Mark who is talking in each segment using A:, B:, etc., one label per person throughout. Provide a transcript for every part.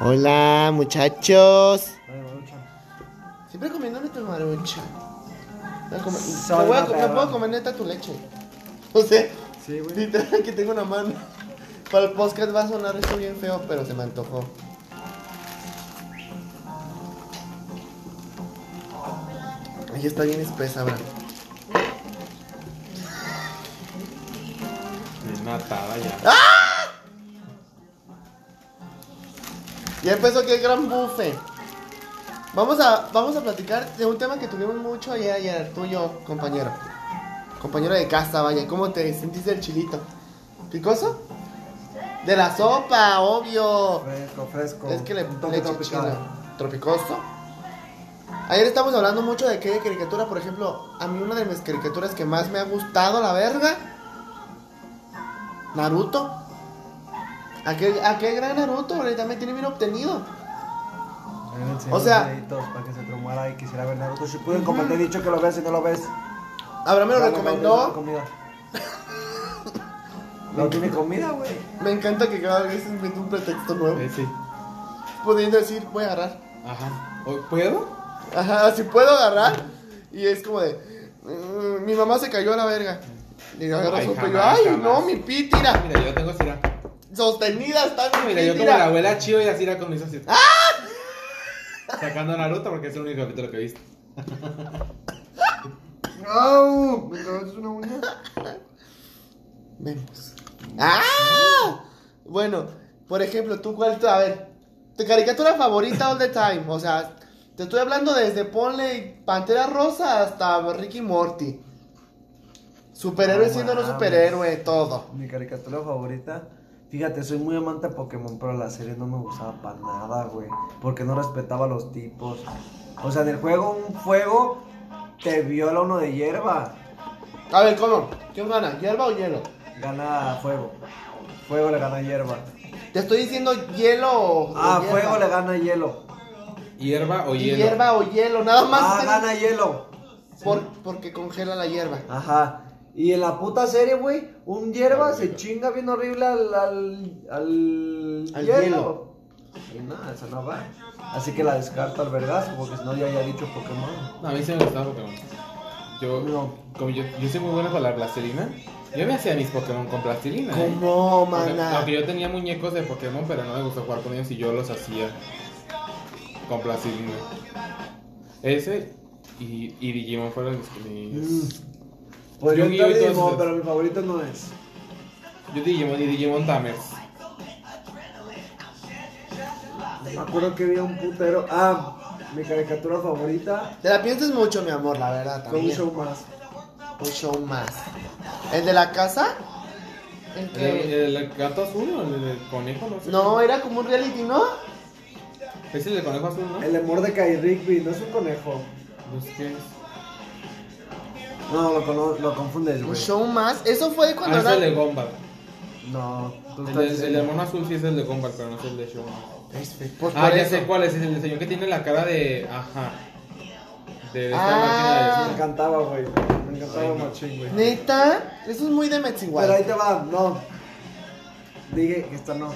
A: Hola, muchachos. Siempre comiéndome tu marucha. Me, come-
B: Soy
A: me voy a
B: una
A: co- me
B: perra.
A: puedo comer neta tu leche. O sea,
B: Sí, güey.
A: literal que tengo una mano. Para el podcast va a sonar esto bien feo, pero se me antojó. Ay, está bien espesa, bro.
C: Me mataba ya.
A: Ya empezó que el gran bufe. Vamos a, vamos a platicar de un tema que tuvimos mucho ayer, ayer, tú y yo, compañero. Compañero de casa, vaya, ¿cómo te sentiste el chilito? ¿Picoso? De la sopa, obvio.
B: Fresco, fresco.
A: Es que le,
B: Un toque
A: le eché
B: tropical.
A: chile. ¿Tropicoso? Ayer estamos hablando mucho de qué caricatura, por ejemplo, a mí una de mis caricaturas que más me ha gustado, la verga, Naruto. Aquel, aquel gran Naruto, ahorita me tiene bien obtenido.
B: A mí me enseñó
A: O sea-
B: los deditos para que se traumara y quisiera ver Naruto Shippuden. Como te he dicho que lo ves y no lo ves.
A: Abraham me lo
B: Ya no
A: recomendó.
B: come comida. No tiene comida, güey.
A: Me encanta que cada vez invento un pretexto nuevo.
C: Eh, sí.
A: Pudiendo decir, voy a agarrar.
C: Ajá. ¿Hoy puedo?
A: Ajá, si puedo agarrar. Y es como de, "Mm, mi mamá se cayó a la verga. Y agarro
C: Ay,
A: sopa y yo,
C: jamás,
A: ay,
C: jamás.
A: no, mi pi, tira.
C: Ah, Mira, yo tengo cira.
A: Sostenida está mi
C: Mira,
A: pi,
C: yo como
A: tira.
C: la abuela chido y así era con mis así.
A: ¡Ah!
C: Sacando a Naruto porque es el único capítulo que he visto.
B: ¡Au! ¿Me acabaste una uña?
A: Vemos. ¡Ah! Bueno, por ejemplo, tú cuál, a ver, tu caricatura favorita all the time, o sea, te estoy hablando desde ponle Pantera Rosa hasta Ricky Morty. Superhéroe
B: No
A: siendo no
B: mames.
A: superhéroe, todo.
B: Mi caricatura favorita. Fíjate, soy muy amante a Pokémon, pero la serie no me gustaba para nada, güey. Porque no respetaba los tipos. O sea, en el juego, un fuego te viola uno de hierba.
A: A ver, ¿cómo? ¿Quién gana? ¿Hierba o hielo?
B: Gana fuego. Fuego le gana hierba.
A: Te estoy diciendo hielo o. o
B: Ah,
A: hierba.
B: fuego le gana hielo.
C: ¿Hierba o
A: Y
C: hielo?
A: Hierba o hielo, nada más.
B: Ah,
A: te-
B: gana hielo.
A: por- porque congela la hierba.
B: Ajá. Y en la puta serie, güey, un hierba se chinga bien horrible al. al. al.
A: Al
B: hielo.
A: hielo.
B: Y nada, esa no va. Así que la descarta al vergazo, porque si no ya haya dicho Pokémon.
C: No, a mí sí me gustaba Pokémon. Yo,
B: No.
C: como yo, yo soy muy bueno con la plastilina. Yo me hacía mis Pokémon con plastilina. ¿eh?
A: ¿Cómo,
C: Porque-
A: maná?
C: Aunque yo tenía muñecos de Pokémon, pero no me gustó jugar con ellos y yo los hacía con plastilina. Ese y, y Digimon fueron mis... mis-
B: Mm. Podría
C: Yu-Gi-Oh
B: entrar
C: y todos
B: Digimon,
C: esos.
B: pero mi favorito no es.
C: Yo Digimon y Digimon Tamers.
B: Me acuerdo que vi a un putero. Ah, mi caricatura favorita.
A: Te la piensas mucho, mi amor, la verdad.
B: Fue un
A: También.
B: show más.
A: Un show más. ¿El de la casa? El
C: ¿El,
A: que.
C: el- el gato azul o el, el conejo? No sé.
A: No, era como un reality, ¿no?
C: Es el del conejo azul, ¿no?
B: El amor de Kai Rigby, no es un conejo.
C: No sé qué es.
B: No, lo, cono- lo confundes,
A: Un
B: güey.
A: show más. Eso fue
C: Ah,
A: cuando
C: es
A: era.
C: el de Gumball.
B: No, tú
C: El,
B: estás
C: del- el
B: diciendo-
C: del mono azul sí es el de Gumball, pero no es el de Show.
A: Este, pues,
C: Ah,
A: por
C: ya
A: eso.
C: sé cuál es. Es el señor que tiene la cara de... Ajá. De esta
A: Ah.
C: máquina de
B: Me
C: azúcar.
B: encantaba, güey. Me encantaba
C: Ay, no.
B: machín, güey.
A: Neta, eso es muy de Metzinguay.
B: Pero ahí te va, no. Dije que esta no.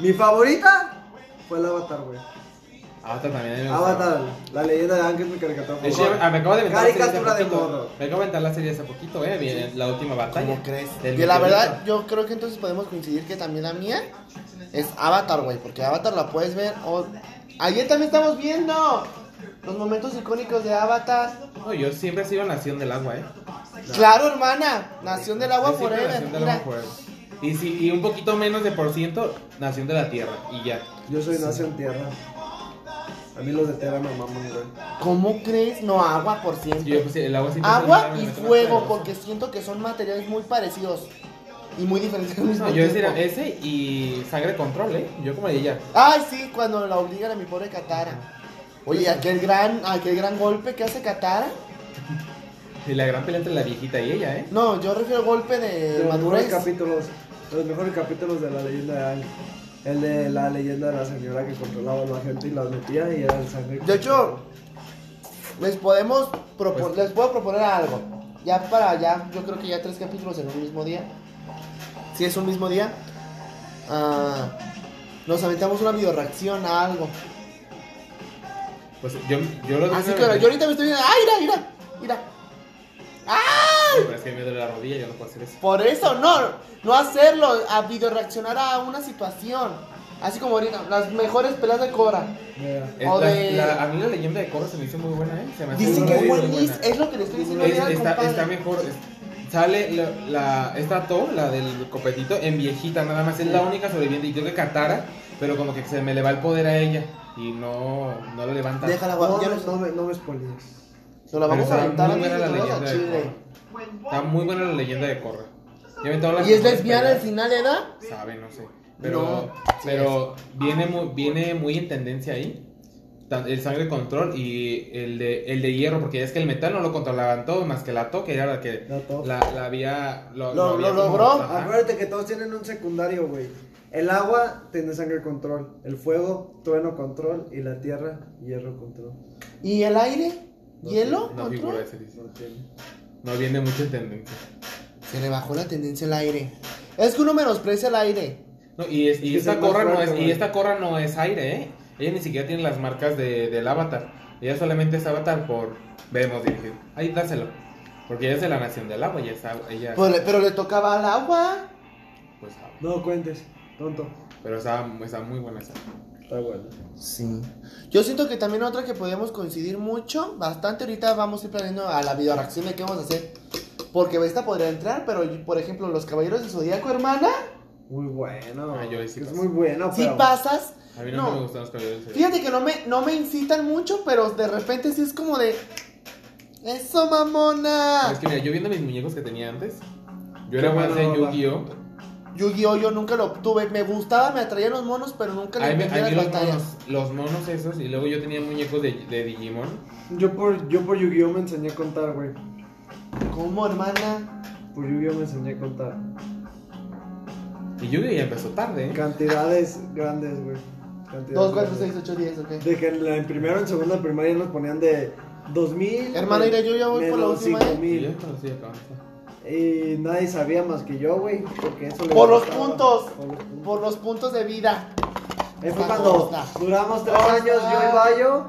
B: Mi favorita fue el Avatar, güey.
C: Avatar Ah, también. a mí
A: Ah,
C: me gustaba.
B: Avatar, la leyenda de Aang es mi caricatura
C: De hecho,
B: favorita.
C: ah, me acabo de aventar
B: Caricatura
C: la
B: de
C: serie hace poquito.
B: morro.
C: Me acabo de aventar la serie hace poquito, eh. Viene la última batalla.
A: ¿Cómo crees?
C: Del
A: Yo, la
C: meteorito.
A: verdad, yo creo que entonces podemos coincidir que también la mía es Avatar, güey. Porque Avatar la puedes ver. o- Ayer también estamos viendo los momentos icónicos de Avatar.
C: No, yo siempre he sido nación del agua, eh.
A: Claro, hermana. Nación del agua
C: Yo siempre
A: forever.
C: nación del
A: Mira.
C: agua forever. Y, si, y un poquito menos de por ciento, nación de la tierra. Y ya.
B: Yo soy nación tierra. A mí los de tierra me maman, güey.
A: ¿Cómo crees? No, agua por ciento.
C: Yo, pues, el agua siempre
A: Agua
C: fue mi
A: y
C: elemento más
A: fuego,
C: poderoso.
A: porque siento que son materiales muy parecidos y muy diferentes al mismo
C: No, yo
A: tiempo.
C: decía eh, ese y sangre control, eh. Yo como de ella.
A: Ay, sí, cuando la obligan a mi pobre Katara. Oye, aquel gran, aquel gran golpe que hace Katara.
C: Y la gran pelea entre la viejita y ella, eh.
A: No, yo refiero al golpe de,
B: De los mejores
A: madurez.
B: capítulos, de los mejores capítulos de la leyenda de Aang. El de la leyenda de la señora que controlaba a la gente y la metía y era el sangre.
A: De hecho, les podemos propon-
C: Pues-
A: les puedo proponer algo. Ya para ya, yo creo que ya tres capítulos en un mismo día. Si es un mismo día. Ah, Nos aventamos una videoreacción a algo.
C: Pues yo, yo lo
A: Así que ahora, Ah, yo ahorita me estoy viendo. ¡Ay, mira, mira! ¡Mira!
C: Pero es que me duele la rodilla, yo no puedo hacer eso.
A: Por eso, no, no hacerlo, a videoreaccionar a una situación. Así como ahorita, las mejores peleas de Cora.
C: Es
A: O
C: la-
A: de-
C: la- a mí la leyenda de Korra se me hizo muy buena, ¿eh? Se me hace
A: Dice
C: muy
A: que es
C: buena,
A: buenísimo,
C: buena.
A: es lo que le estoy diciendo
C: Es-
A: al
C: está,
A: compadre.
C: está mejor. es- sale la, la- esta To, la del copetito, en viejita nada más. Es la única sobreviviente. Y creo que Katara, pero como que se me le va el poder a ella. Y no, no lo levanta.
A: Déjala,
B: No,
A: guau, ya
B: no,
A: nos,
B: no, me- no me spoilees.
A: nos la vamos
C: Pero
A: a
C: está
A: aventar
C: muy
A: antes de
C: buena
A: que
C: la
A: vayas a
C: leyenda de
A: Chile.
C: Korra. Está muy buena la leyenda de Korra. Ya me todas las
A: ¿Y es
C: mejores
A: lesbiana al
C: peleas.
A: final, ¿eh, edad?
C: Sabe, no sé. Pero,
A: No,
C: pero viene, muy, viene muy en tendencia ahí. Tan- El sangre control y el de, el de hierro, porque es que el metal no lo controlaban todo más que la to, que era la que
B: La To.
C: la, la había.
A: Lo- lo
C: había como-
A: logró.
C: ajá.
B: Acuérdate que todos tienen un secundario, güey. El agua tiene sangre control, el fuego, trueno control y la tierra, hierro control.
A: ¿Y el aire?
B: No,
A: ¿Hielo?
C: No figura
A: ¿Control?
C: ese, dice.
B: No tiene.
C: No viene mucho en tendencia.
A: Se le bajó la tendencia al aire. Es que uno menosprecia el aire.
C: No, y, es- y
B: Es que es
C: esta
B: más
C: corra no
B: fuerte,
C: es, y
B: güey.
C: esta corra no es aire, ¿eh? Ella ni siquiera tiene las marcas de, del avatar. Ella solamente es avatar por. Vemos dirigido. Ahí dáselo. Porque ella es de la nación del agua, ella está. Ella,
B: Pues,
A: Pero, Pues le- pero le tocaba al agua.
C: pues, sabe.
B: No cuentes, tonto.
C: Pero está, está muy buena esa.
B: Está bueno.
A: Sí. Yo siento que también otra que podemos coincidir mucho, bastante ahorita vamos a ir planeando a la videoreacción de qué vamos a hacer. Porque esta podría entrar, pero yo- por ejemplo, los caballeros de Zodíaco, hermana,
B: Muy bueno.
C: Ah, yo ahí sí
B: es
C: paso.
B: muy bueno,
A: si
B: pero.
A: pasas.
C: A mí no,
A: No.
C: me gustan los caballeros. del
A: Fíjate que no me, no me incitan mucho, pero de repente sí es como de. ¡Eso, mamona!
C: Es que mira, yo viendo mis muñecos que tenía antes, yo era
B: Qué
C: más de
B: bueno, va.
C: Yu-Gi-Oh!
A: Yu-Gi-Oh! Yo nunca lo obtuve. Me gustaba, me atraían los monos, pero nunca le
C: Ahí me-
A: entendía
C: ahí
A: las
C: vi los
A: batallas.
C: monos, los monos esos, y luego yo tenía muñecos de, de Digimon.
B: Yo por, yo por Yu-Gi-Oh! me enseñé a contar, güey.
A: ¿Cómo, hermana?
B: Por Yu-Gi-Oh! me enseñé a contar.
C: Y Yu-Gi-Oh! ya empezó tarde, ¿eh?
B: Cantidades grandes, güey. Cantidades
A: 2, 4,
B: grandes.
A: 6, 8, 10, ok.
B: De que en, la- en primero, en segundo, en primaria nos ponían de 2000.
A: Hermana, mira, yo ya voy por la
B: menos
A: última, ¿eh?
B: 5000.
C: Y yo conocí a Kabanza.
B: Y nadie sabía más que yo, güey. Porque eso le
A: Por los
B: gustaba.
A: puntos.
B: Por los puntos.
A: Por los puntos de vida.
B: Ahí fue
A: la
B: cuando
A: costa.
B: duramos tres
A: Costa.
B: años, yo y Bayo.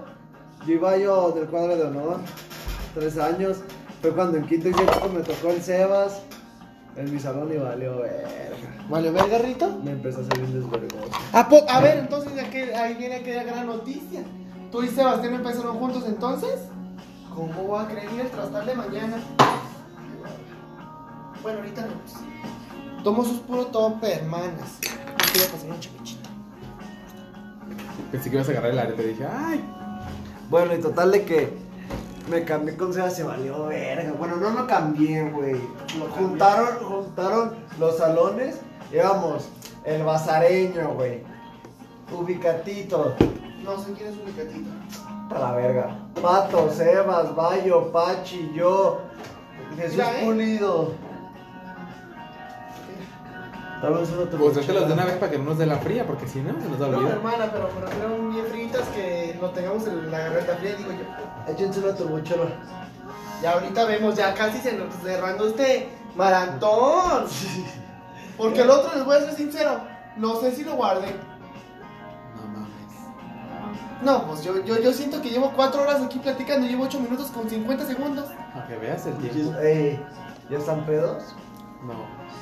B: Yo y Bayo del cuadro de honor. Tres años. Fue cuando en quinto y sexto me tocó el Sebas. En mi salón y valió verga.
A: ¿Vale, ver, garrito?
B: Me empezó a salir desvergoso.
A: A, po- a ver, entonces aquel- ahí viene aquella gran noticia. ¿Tú y Sebastián empezaron juntos entonces? ¿Cómo voy a creer el trastal de mañana? Bueno, ahorita no. pues. Tomo sus puro tope, hermanas. Yo te iba a pasar una chupichita.
C: Pensé que ibas a agarrar el arete, dije, ¡ay!
B: Bueno, y total de que me cambié con Seba, se valió verga. Bueno, no lo cambié, güey. Lo juntaron, juntaron los salones. Íbamos, el bazareño, güey. Ubicatito,
A: No sé quién es un gatito.
B: a la verga. Pato, Sebas, Bayo, Pachi, yo. Jesús
A: Mira, eh.
B: Pulido. Tal vez uno te
C: Pues los de una vez para que no nos dé la fría, porque si no, se nos va a
A: No,
C: olvidar.
A: hermana, pero me refiero a bien fritas que no tengamos en la garganta fría, digo yo.
B: Échense una turbochela.
A: Ya ahorita vemos, ya casi se nos cerrando este maratón. Porque el otro, les voy a ser sincero, no sé si lo guarden.
C: No mames.
A: No, pues yo, yo, yo siento que llevo 4 horas aquí platicando, llevo 8 minutos con 50 segundos.
C: A que veas el tiempo.
B: Ey, Eh, ¿ya están pedos?
C: No.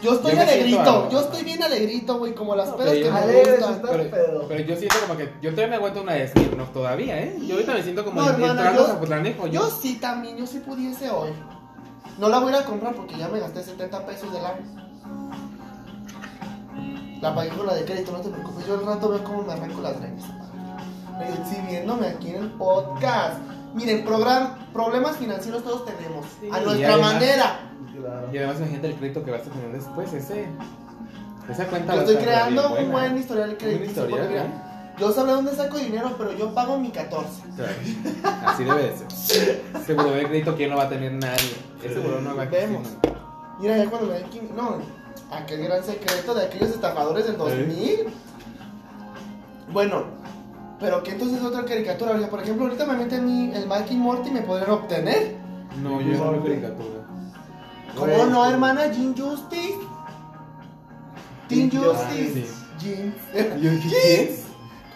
A: Yo estoy
C: Yo me siento
A: alegrito,
C: algo.
A: yo estoy bien alegrito, güey, como las
C: No,
A: pedas
C: pero
A: que
C: yo-
A: me
B: Alegres,
A: gustan.
B: estás pedo.
C: Pero, pero yo siento como que. Yo todavía me aguanto una de Smirnoff todavía, ¿eh? Yo ahorita me siento como
A: No,
C: en-
A: hermana,
C: entrando
A: yo-
C: a Zapotlanejo.
A: Yo sí también, yo sí pudiese hoy. No la voy a ir a comprar porque ya me gasté 70 pesos de la. La pagué con la de crédito, no te preocupes. Yo al rato veo cómo me arranco las redes. Exhibiéndome aquí en el podcast. Miren, program- problemas financieros todos tenemos.
C: Sí,
A: a
C: y
A: nuestra
C: además-
A: manera.
B: Claro.
C: Y además, imagínate el crédito que vas a tener después, ese. Esa
A: Yo
C: cuenta va a
A: estoy
C: estar
A: creando
C: bien
A: un
C: buena.
A: buen historial
C: Un buen
A: crediticio. porque
C: historial,
A: mira,
C: ¿eh?
A: Yo sabré dónde saco dinero, pero yo pago mi 14.
C: Así debe de ser. Seguro de crédito que no va a tener nadie. Ese seguro no va a
A: Vemos. Mira, ya cuando me den quin- No, aquel gran secreto de aquellos estafadores del 2000. Bueno, pero que entonces otra caricatura. O sea, por ejemplo, ahorita me meten mi, el Mike y Morty me podrían obtener.
C: No, yo no veo caricatura.
A: ¿Cómo
B: Güey.
A: no, hermana? Jim Justice. Teen
B: Teen
A: Justice.
C: Justice.
A: jeans.
C: ¿Y yo dije, ¿qué?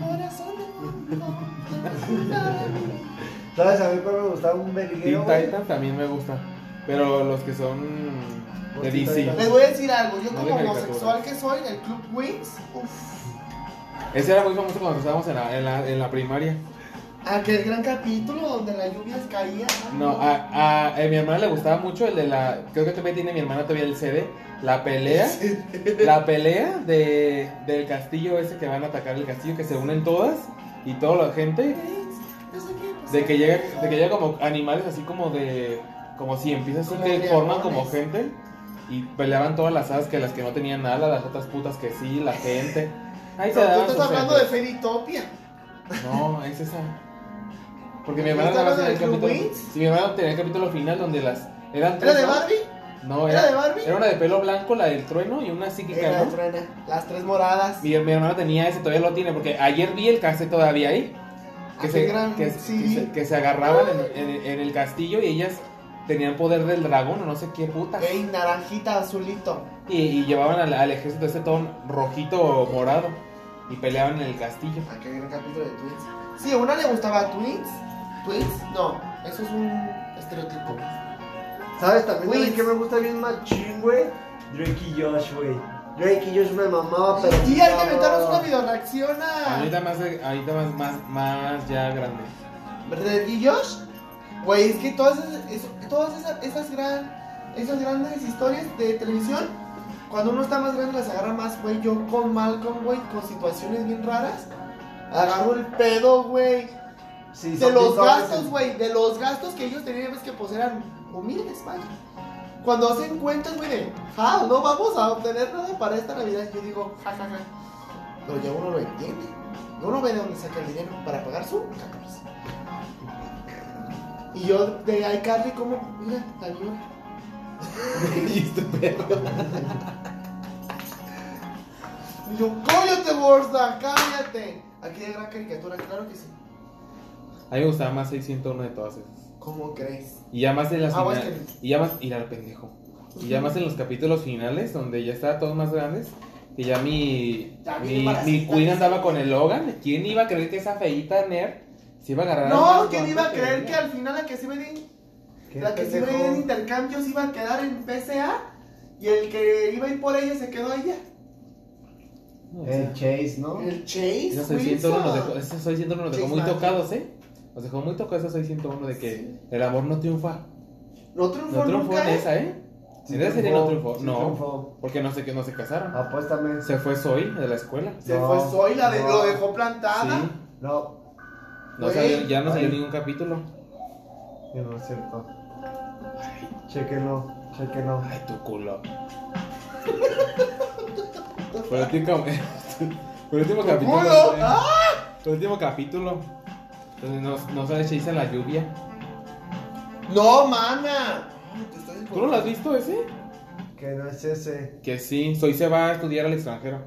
A: Corazón.
B: ¿Sabes a mí cuál me gustaba un verguero?
C: Teen
B: güey?
C: Titans también me gusta. Pero los que son
B: Los
C: de
B: Teen
A: Les
C: DC.
B: Titans.
A: voy a decir algo, yo
C: No
A: como
C: de caricatura.
A: homosexual que soy, el Club Wings, uff,
C: Ese era muy famoso cuando estábamos en la, en la, en la primaria.
A: aquel gran capítulo donde las lluvias caían.
C: No, a, a, a mi hermana le gustaba mucho el de la. Creo que todavía tiene mi hermana todavía el CD. La pelea. la pelea de, del castillo ese que van a atacar el castillo, que se unen todas y toda la gente.
A: pues,
C: De que llega, de que llega como animales así como de. Como si empieza así
A: Como
C: que
A: leones.
C: forman como gente. Y peleaban todas las hadas que las que no tenían nada, las otras putas que sí, la gente. Ahí se
A: Pero tú
C: daban
A: estás
C: sus
A: hablando de
C: entes.
A: Feritopia.
C: No, es esa. Porque mi
A: ¿No
C: hermana
A: está
C: nada más
A: hablando
C: tenía el
A: de Club
C: capítulo.
A: Wings?
C: Sí, mi hermana tenía el capítulo final donde las. Eran
A: ¿Era
C: tres,
A: de
C: ¿no?
A: Barbie?
C: No,
A: ¿Era
C: era,
A: de Barbie?
C: era una de pelo blanco, la del trueno y una psíquica,
A: Era
C: ¿no?
A: la truena, las tres moradas.
C: Mi, mi hermana tenía ese, todavía lo tiene, porque ayer vi el cassette todavía ahí. Que
A: Aquel
C: se,
A: gran
C: que,
A: CD.
C: que se, que se agarraban en, en- en el castillo y ellas tenían poder del dragón o no sé qué puta.
A: Ey, naranjita, azulito.
C: Y, y llevaban al, al ejército ese ton rojito o morado y peleaban en el castillo.
A: Aquel gran capítulo de Twins. Sí, a una le gustaba a Twins. Twins, no, eso es un estereotipo.
B: ¿Sabes también
A: Wings.
B: también que me gusta bien machín, güey? Drake y Josh, güey. Drake y Josh me mamaba, pero...
A: Y al que inventaron una
B: una
A: video reacciona.
C: Ahorita más, de- ahorita más, más, más ya grande.
A: ¿Verdad? ¿Y Josh? Güey, es que todas esas, eso- todas esas, esas, gran- esas grandes historias de televisión, cuando uno está más grande las agarra más, güey. Yo con Malcolm, güey, con situaciones bien raras, agarro el pedo, güey.
B: Sí,
A: De
B: son
A: los
B: pintores,
A: gastos, güey, de los gastos que ellos tenían, ves que pues eran humildes, vaya. Cuando hacen cuentas, güey, de, ja, no vamos a obtener nada para esta Navidad, yo digo, ja, ja, ja. Pero ya uno lo entiende. Uno ve de dónde saca el dinero para pagar su cacaras. Y yo de ahí, Carly, como, mira, la viva.
C: y este perro.
A: Y yo, cállate, Borsa, cállate. Aquí hay gran caricatura, claro que sí.
C: A mí me gustaba más 601 de todas esas.
A: ¿Cómo crees?
C: Y ya más en las
A: Ah, bueno,
C: fina-
A: es
C: Y ya más. Ir al pendejo. Y ya más en los capítulos finales, donde ya estaban todos más grandes. Que ya mi.
A: Ya viene
C: mi,
A: para
C: mi
A: sentarse.
C: Queen andaba con el Logan. ¿Quién iba a creer que esa feita nerd se iba a agarrar a
A: Ah, No,
C: más
A: ¿quién iba a
C: guante
A: creer
C: ella?
A: que al final la que sí venía
B: ¿Qué
A: La que se
B: pendejo?
A: iba a ir en intercambios iba a quedar en PCA y el que iba a ir por ella se quedó ella.
C: No,
B: El Chase, ¿no?
A: El Chase.
C: Esos
A: Wilson.
C: 601 nos dejó, esos 601 nos dejó
A: Chase
C: muy
A: Matthews.
C: tocados, ¿eh? Nos dejó muy tocados esos 601 de que
A: Sí.
C: el amor no triunfa.
A: No triunfó,
C: No triunfó en
A: nunca.
C: esa, ¿eh?
B: Sí
C: en esa serie no
B: triunfó,
C: triunfó.
B: sí
C: no,
B: triunfó.
C: porque no sé que no se casaron.
B: Apuéstame.
C: Se fue Zoe de la escuela.
A: Se
B: No,
A: fue Zoe, la de,
B: no.
A: lo dejó plantada.
C: Sí.
B: No,
C: No
A: Ah, Güey.
C: salió- ya no salió
B: Ay.
C: ningún capítulo.
B: que no es cierto. Chequenlo, chequenlo.
C: Ay, tu culo. Por último, por último
A: Tu
C: capítulo.
A: culo. ¡Ah!
C: eh, Por último capítulo. Donde nos, nos echáis en la lluvia.
A: No, mana. Te estoy
C: ¿Tú no lo has visto ese?
B: Que no es ese.
C: Que sí, Soy se va a estudiar al extranjero.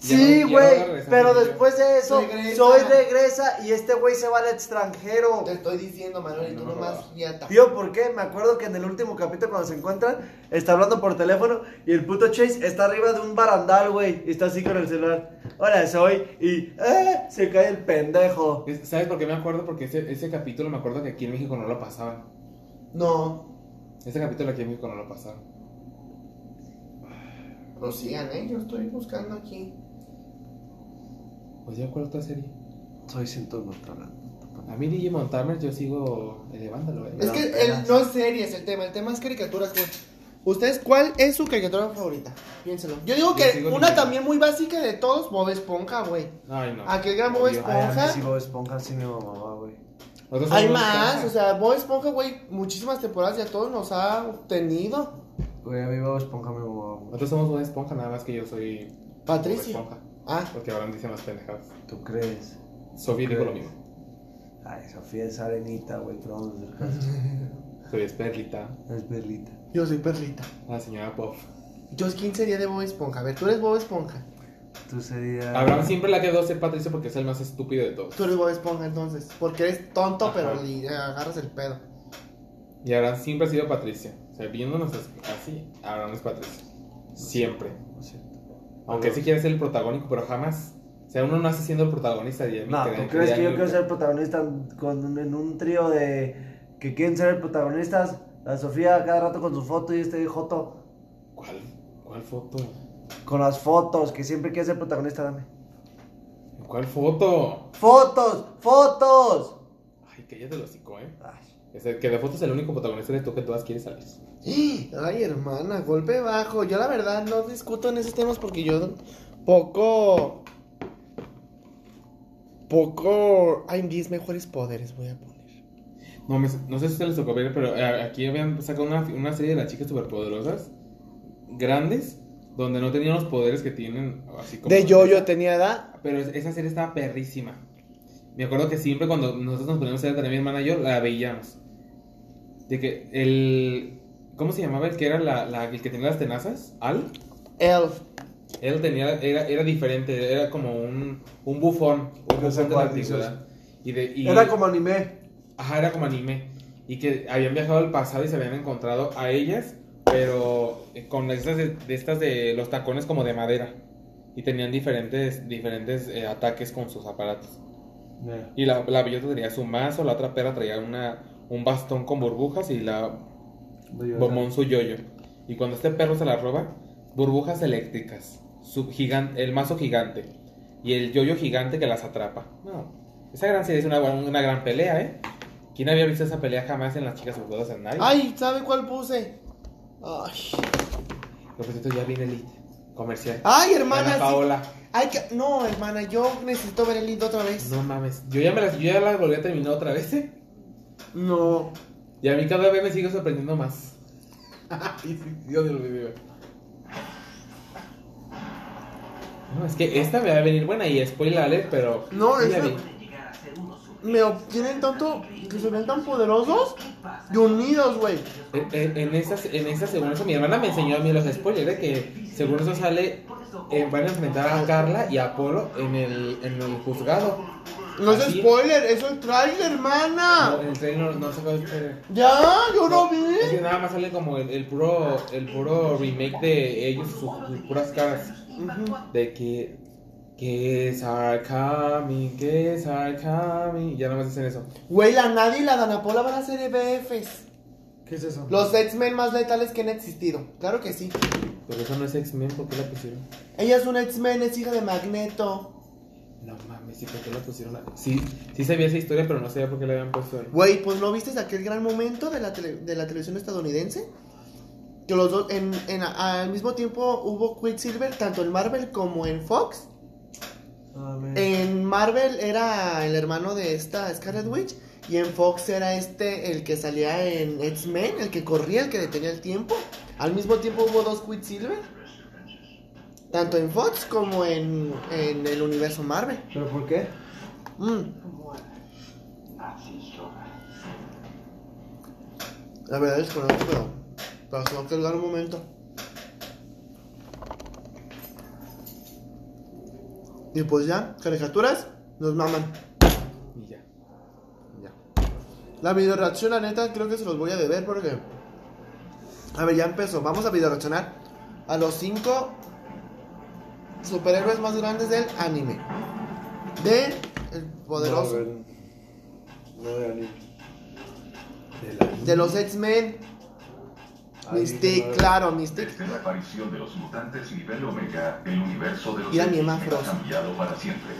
C: Ya no-
B: Sí,
C: ya no
B: güey,
C: va a regresar
B: pero
C: con ella.
B: después de eso,
A: Regresa.
B: Zoe regresa y este güey se va al extranjero.
A: Te estoy diciendo, Manuel, y tú
C: No, no,
A: nomás
C: no.
A: riata.
B: Tío, ¿por qué? Me acuerdo que en el último capítulo cuando se encuentran, está hablando por teléfono y el puto Chase está arriba de un barandal, güey, y está así con el celular. Hola, soy y ¡eh! se cae el pendejo.
C: Es- ¿Sabes por qué me acuerdo? Porque ese, ese capítulo me acuerdo que aquí en México no lo pasaban.
A: No,
C: Ese capítulo aquí en México no lo pasaban.
A: pero sigan, ¿eh? Yo estoy buscando aquí.
C: Pues yo acuerdo otra serie.
B: Soy siento no está hablando.
C: A mí DJ Montamer yo sigo elevándolo, eh.
A: Es
B: No,
A: que
B: pelas.
A: el- no es series el tema, el tema es caricaturas, güey. ¿Ustedes cuál es su caricatura favorita? Piénselo. Yo digo
C: Yo
A: que
C: sigo
A: una
C: Nicky.
A: también muy básica de todos, Bob Esponja, güey.
C: Ay, no.
A: Aquel gran Bob
C: Obvio.
A: Esponja.
B: Ay, a mí sí Bob Esponja sí me mamaba, güey.
C: Nosotros
A: Hay
C: somos
A: más,
C: Esponja.
A: o sea, Bob Esponja, güey, muchísimas temporadas y a todos nos ha obtenido.
B: Güey, a mí Bob Esponja me mamaba mucho.
C: Nosotros somos una esponja, nada más que yo soy.
A: Patricio.
C: Bob Esponja,
A: Ah,
C: porque ahora dicen las pendejadas.
B: ¿Tú crees?
C: Sofía digo lo mismo.
B: Ay, Sofía es arenita, güey, pero vamos a hacer caso.
C: Sofía es perlita.
B: Es Berlita.
A: yo soy perrita.
C: La señora Puff.
A: Yo es 15 días de Bob Esponja. A ver, tú eres Bob Esponja.
B: Tú serías.
C: Abraham siempre la quedó ser Patricio porque es el más estúpido de todos.
A: Tú eres Bob Esponja entonces. Porque eres tonto,
C: Ajá.
A: pero le agarras el pedo.
C: Y Abraham siempre ha sido Patricia. O sea, viéndonos as- así, Abraham es Patricia. Siempre.
B: No es cierto.
C: Aunque sí quiere ser el protagónico, pero jamás. O sea, uno no hace siendo el protagonista. de
B: No, ¿tú crees que yo quiero ser protagonista con, en un trío de que quieren ser protagonistas? La Sofía cada rato con su foto y este Joto
C: ¿Cuál? ¿Cuál foto?
B: con las fotos, que siempre quiere ser protagonista, dame.
C: ¿Cuál foto?
B: ¡Fotos! ¡Fotos!
C: Ay, que ella te lo hocico, ¿eh?
B: Ay,
C: Es el que de fotos el único protagonista eres tú que todas quieres salir.
A: Ay, hermana, golpe bajo. Yo la verdad no discuto en esos temas porque yo poco... Poco... Hay 10 mejores poderes, voy a poner.
C: No, me- no sé si se les tocó ver, pero eh, aquí habían sacado una, una serie de las chicas superpoderosas, grandes, donde no tenían los poderes que tienen, así como...
A: De yo, yo tenía edad.
C: Pero es- esa serie estaba perrísima. Me acuerdo que siempre cuando nosotros nos poníamos a ver también mi hermana y yo, la veíamos. De que el... ¿Cómo se llamaba el que era la, la- el que tenía las tenazas? ¿Al?
A: Elf.
C: Él tenía, era, era diferente, era como un, un bufón, un
B: Ya sé
C: bufón de la
B: cuál dices.
C: antigüedad. Y de, y,
B: Era como anime.
C: Ajá, era como anime. Y que habían viajado al pasado y se habían encontrado a ellas, pero eh, con estas de, de estas de los tacones como de madera. Y tenían diferentes, diferentes eh, ataques con sus aparatos. Y la, la bellota tenía su mazo, la otra perra traía una, un bastón con burbujas y la Bomón su yoyo. Y cuando este perro se la roba, burbujas eléctricas. Su gigan- el mazo gigante. Y el yoyo gigante que las atrapa. No. Esa gran serie es una, una gran pelea, ¿eh? ¿Quién había visto esa pelea jamás en las chicas superpoderosas? Nadie.
A: Ay, ¿sabe cuál puse? Ay,
C: Los ya bien elite. Comercial.
A: Ay, Ah, hermana,
C: Ana
A: sí.
C: Paola.
A: Ay, que... No, hermana, yo necesito ver el lindo otra vez.
C: No mames. Yo ya, me las, yo ya la volví a terminar otra vez, ¿eh?
A: No.
C: Y a mí cada vez me sigue sorprendiendo más. y sí, Dios del video. No, es que esta me va a venir buena y spoiler alert, pero.
A: No,
C: ya
A: esa-
C: vi.
A: Me obtienen tanto que se ven tan poderosos y unidos, güey.
C: En- En, en esas, en esas, según eso, mi hermana me enseñó a mí los spoilers, de que según eso sale, eh, van a enfrentar a Carla y a Apolo en el, en el juzgado.
A: No es
C: Así-
A: spoiler, eso es trailer,
C: No,
A: hermana.
C: en el trailer no, no se puede spoiler.
A: Ya, yo lo Ah. vi.
C: Es que nada más sale como el, el puro, el puro remake de ellos, sus, sus puras caras.
A: Ujú.
C: De que. Kids are coming, kids are coming. Ya no más dicen eso.
A: Güey, la Nadia y la Danapola van a ser EBFs.
B: ¿Qué es eso?
A: Los X-Men más letales que han existido. Claro que sí.
C: Pero eso no es X-Men, ¿por qué la pusieron?
A: Ella es una X-Men, es hija de Magneto.
C: No mames, ¿y por qué la pusieron? Sí, sí sabía esa historia, pero no sabía por qué la habían puesto ahí.
A: Güey, pues ¿no viste aquel gran momento de la, tele- de la televisión estadounidense? Que los dos, en, en- al mismo tiempo hubo Quicksilver, tanto en Marvel como en Fox.
B: Mm.
A: En Marvel era el hermano de esta Scarlet Witch y en Fox era este el que salía en X-Men, el que corría, el que detenía el tiempo. Al mismo tiempo hubo dos Quicksilver, tanto en Fox como en, en el universo Marvel.
B: ¿Pero por qué?
A: Mm. La verdad es que no, pero pasó aquel gran momento. Y pues ya, caricaturas nos maman.
C: Y ya. Ya.
A: La video reacción, la neta, creo que se los voy a deber porque. A ver, ya empezó. Vamos a video reaccionar a los 5 superhéroes más grandes del anime. De El Poderoso.
B: No, de anime.
C: De la-
A: de los X-Men.
B: Ay,
A: Mystique,
B: no.
A: claro, Mystique.
D: Desde la aparición de los mutantes nivel Omega, el universo de los
A: Y la
D: X-Men
A: misma
D: ha
A: Frost.
D: cambiado para siempre.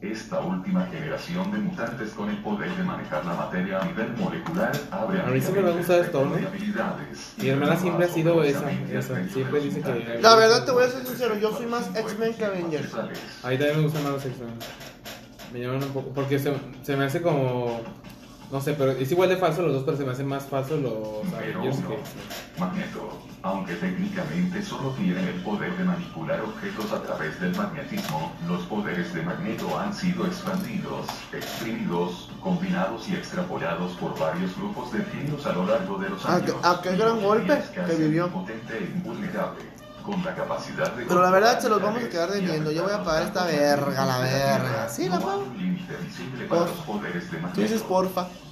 D: Esta última generación de mutantes con el poder de manejar la materia a nivel molecular abre
C: A mí siempre me ha gustado esto, ¿no? Mi hermana siempre ha sido esa, esa. Siempre dice que-
A: La verdad, te voy a ser sincero, yo soy más X-Men que Avengers.
C: A mí también me gustan más los X-Men. Me llaman un poco. Porque se, se me hace como. No sé, pero es igual de falso los dos, pero se me hacen más falso los
D: Pero
C: Avengers
D: uno.
C: que X-Men.
D: Magneto, aunque técnicamente solo tiene el poder de manipular objetos a través del magnetismo, los poderes de Magneto han sido expandidos, exprimidos, combinados y extrapolados por varios grupos de genios a lo largo de los
A: Ah,
D: años.
A: que- ah, qué gran
D: Y
A: golpe
D: es casi
A: que vivió.
D: Potente e invulnerable, con la capacidad de
A: Pero la verdad, se los vamos a quedar
D: controlar
A: debiendo.
D: y
A: Yo voy a pagar esta
D: afectar los
A: verga, la
D: recursos de
A: verga. Sí, la
D: No hay
A: pago.
D: un límite visible para
A: Por-
D: los poderes de
A: Tú dices
D: Magneto.
A: porfa.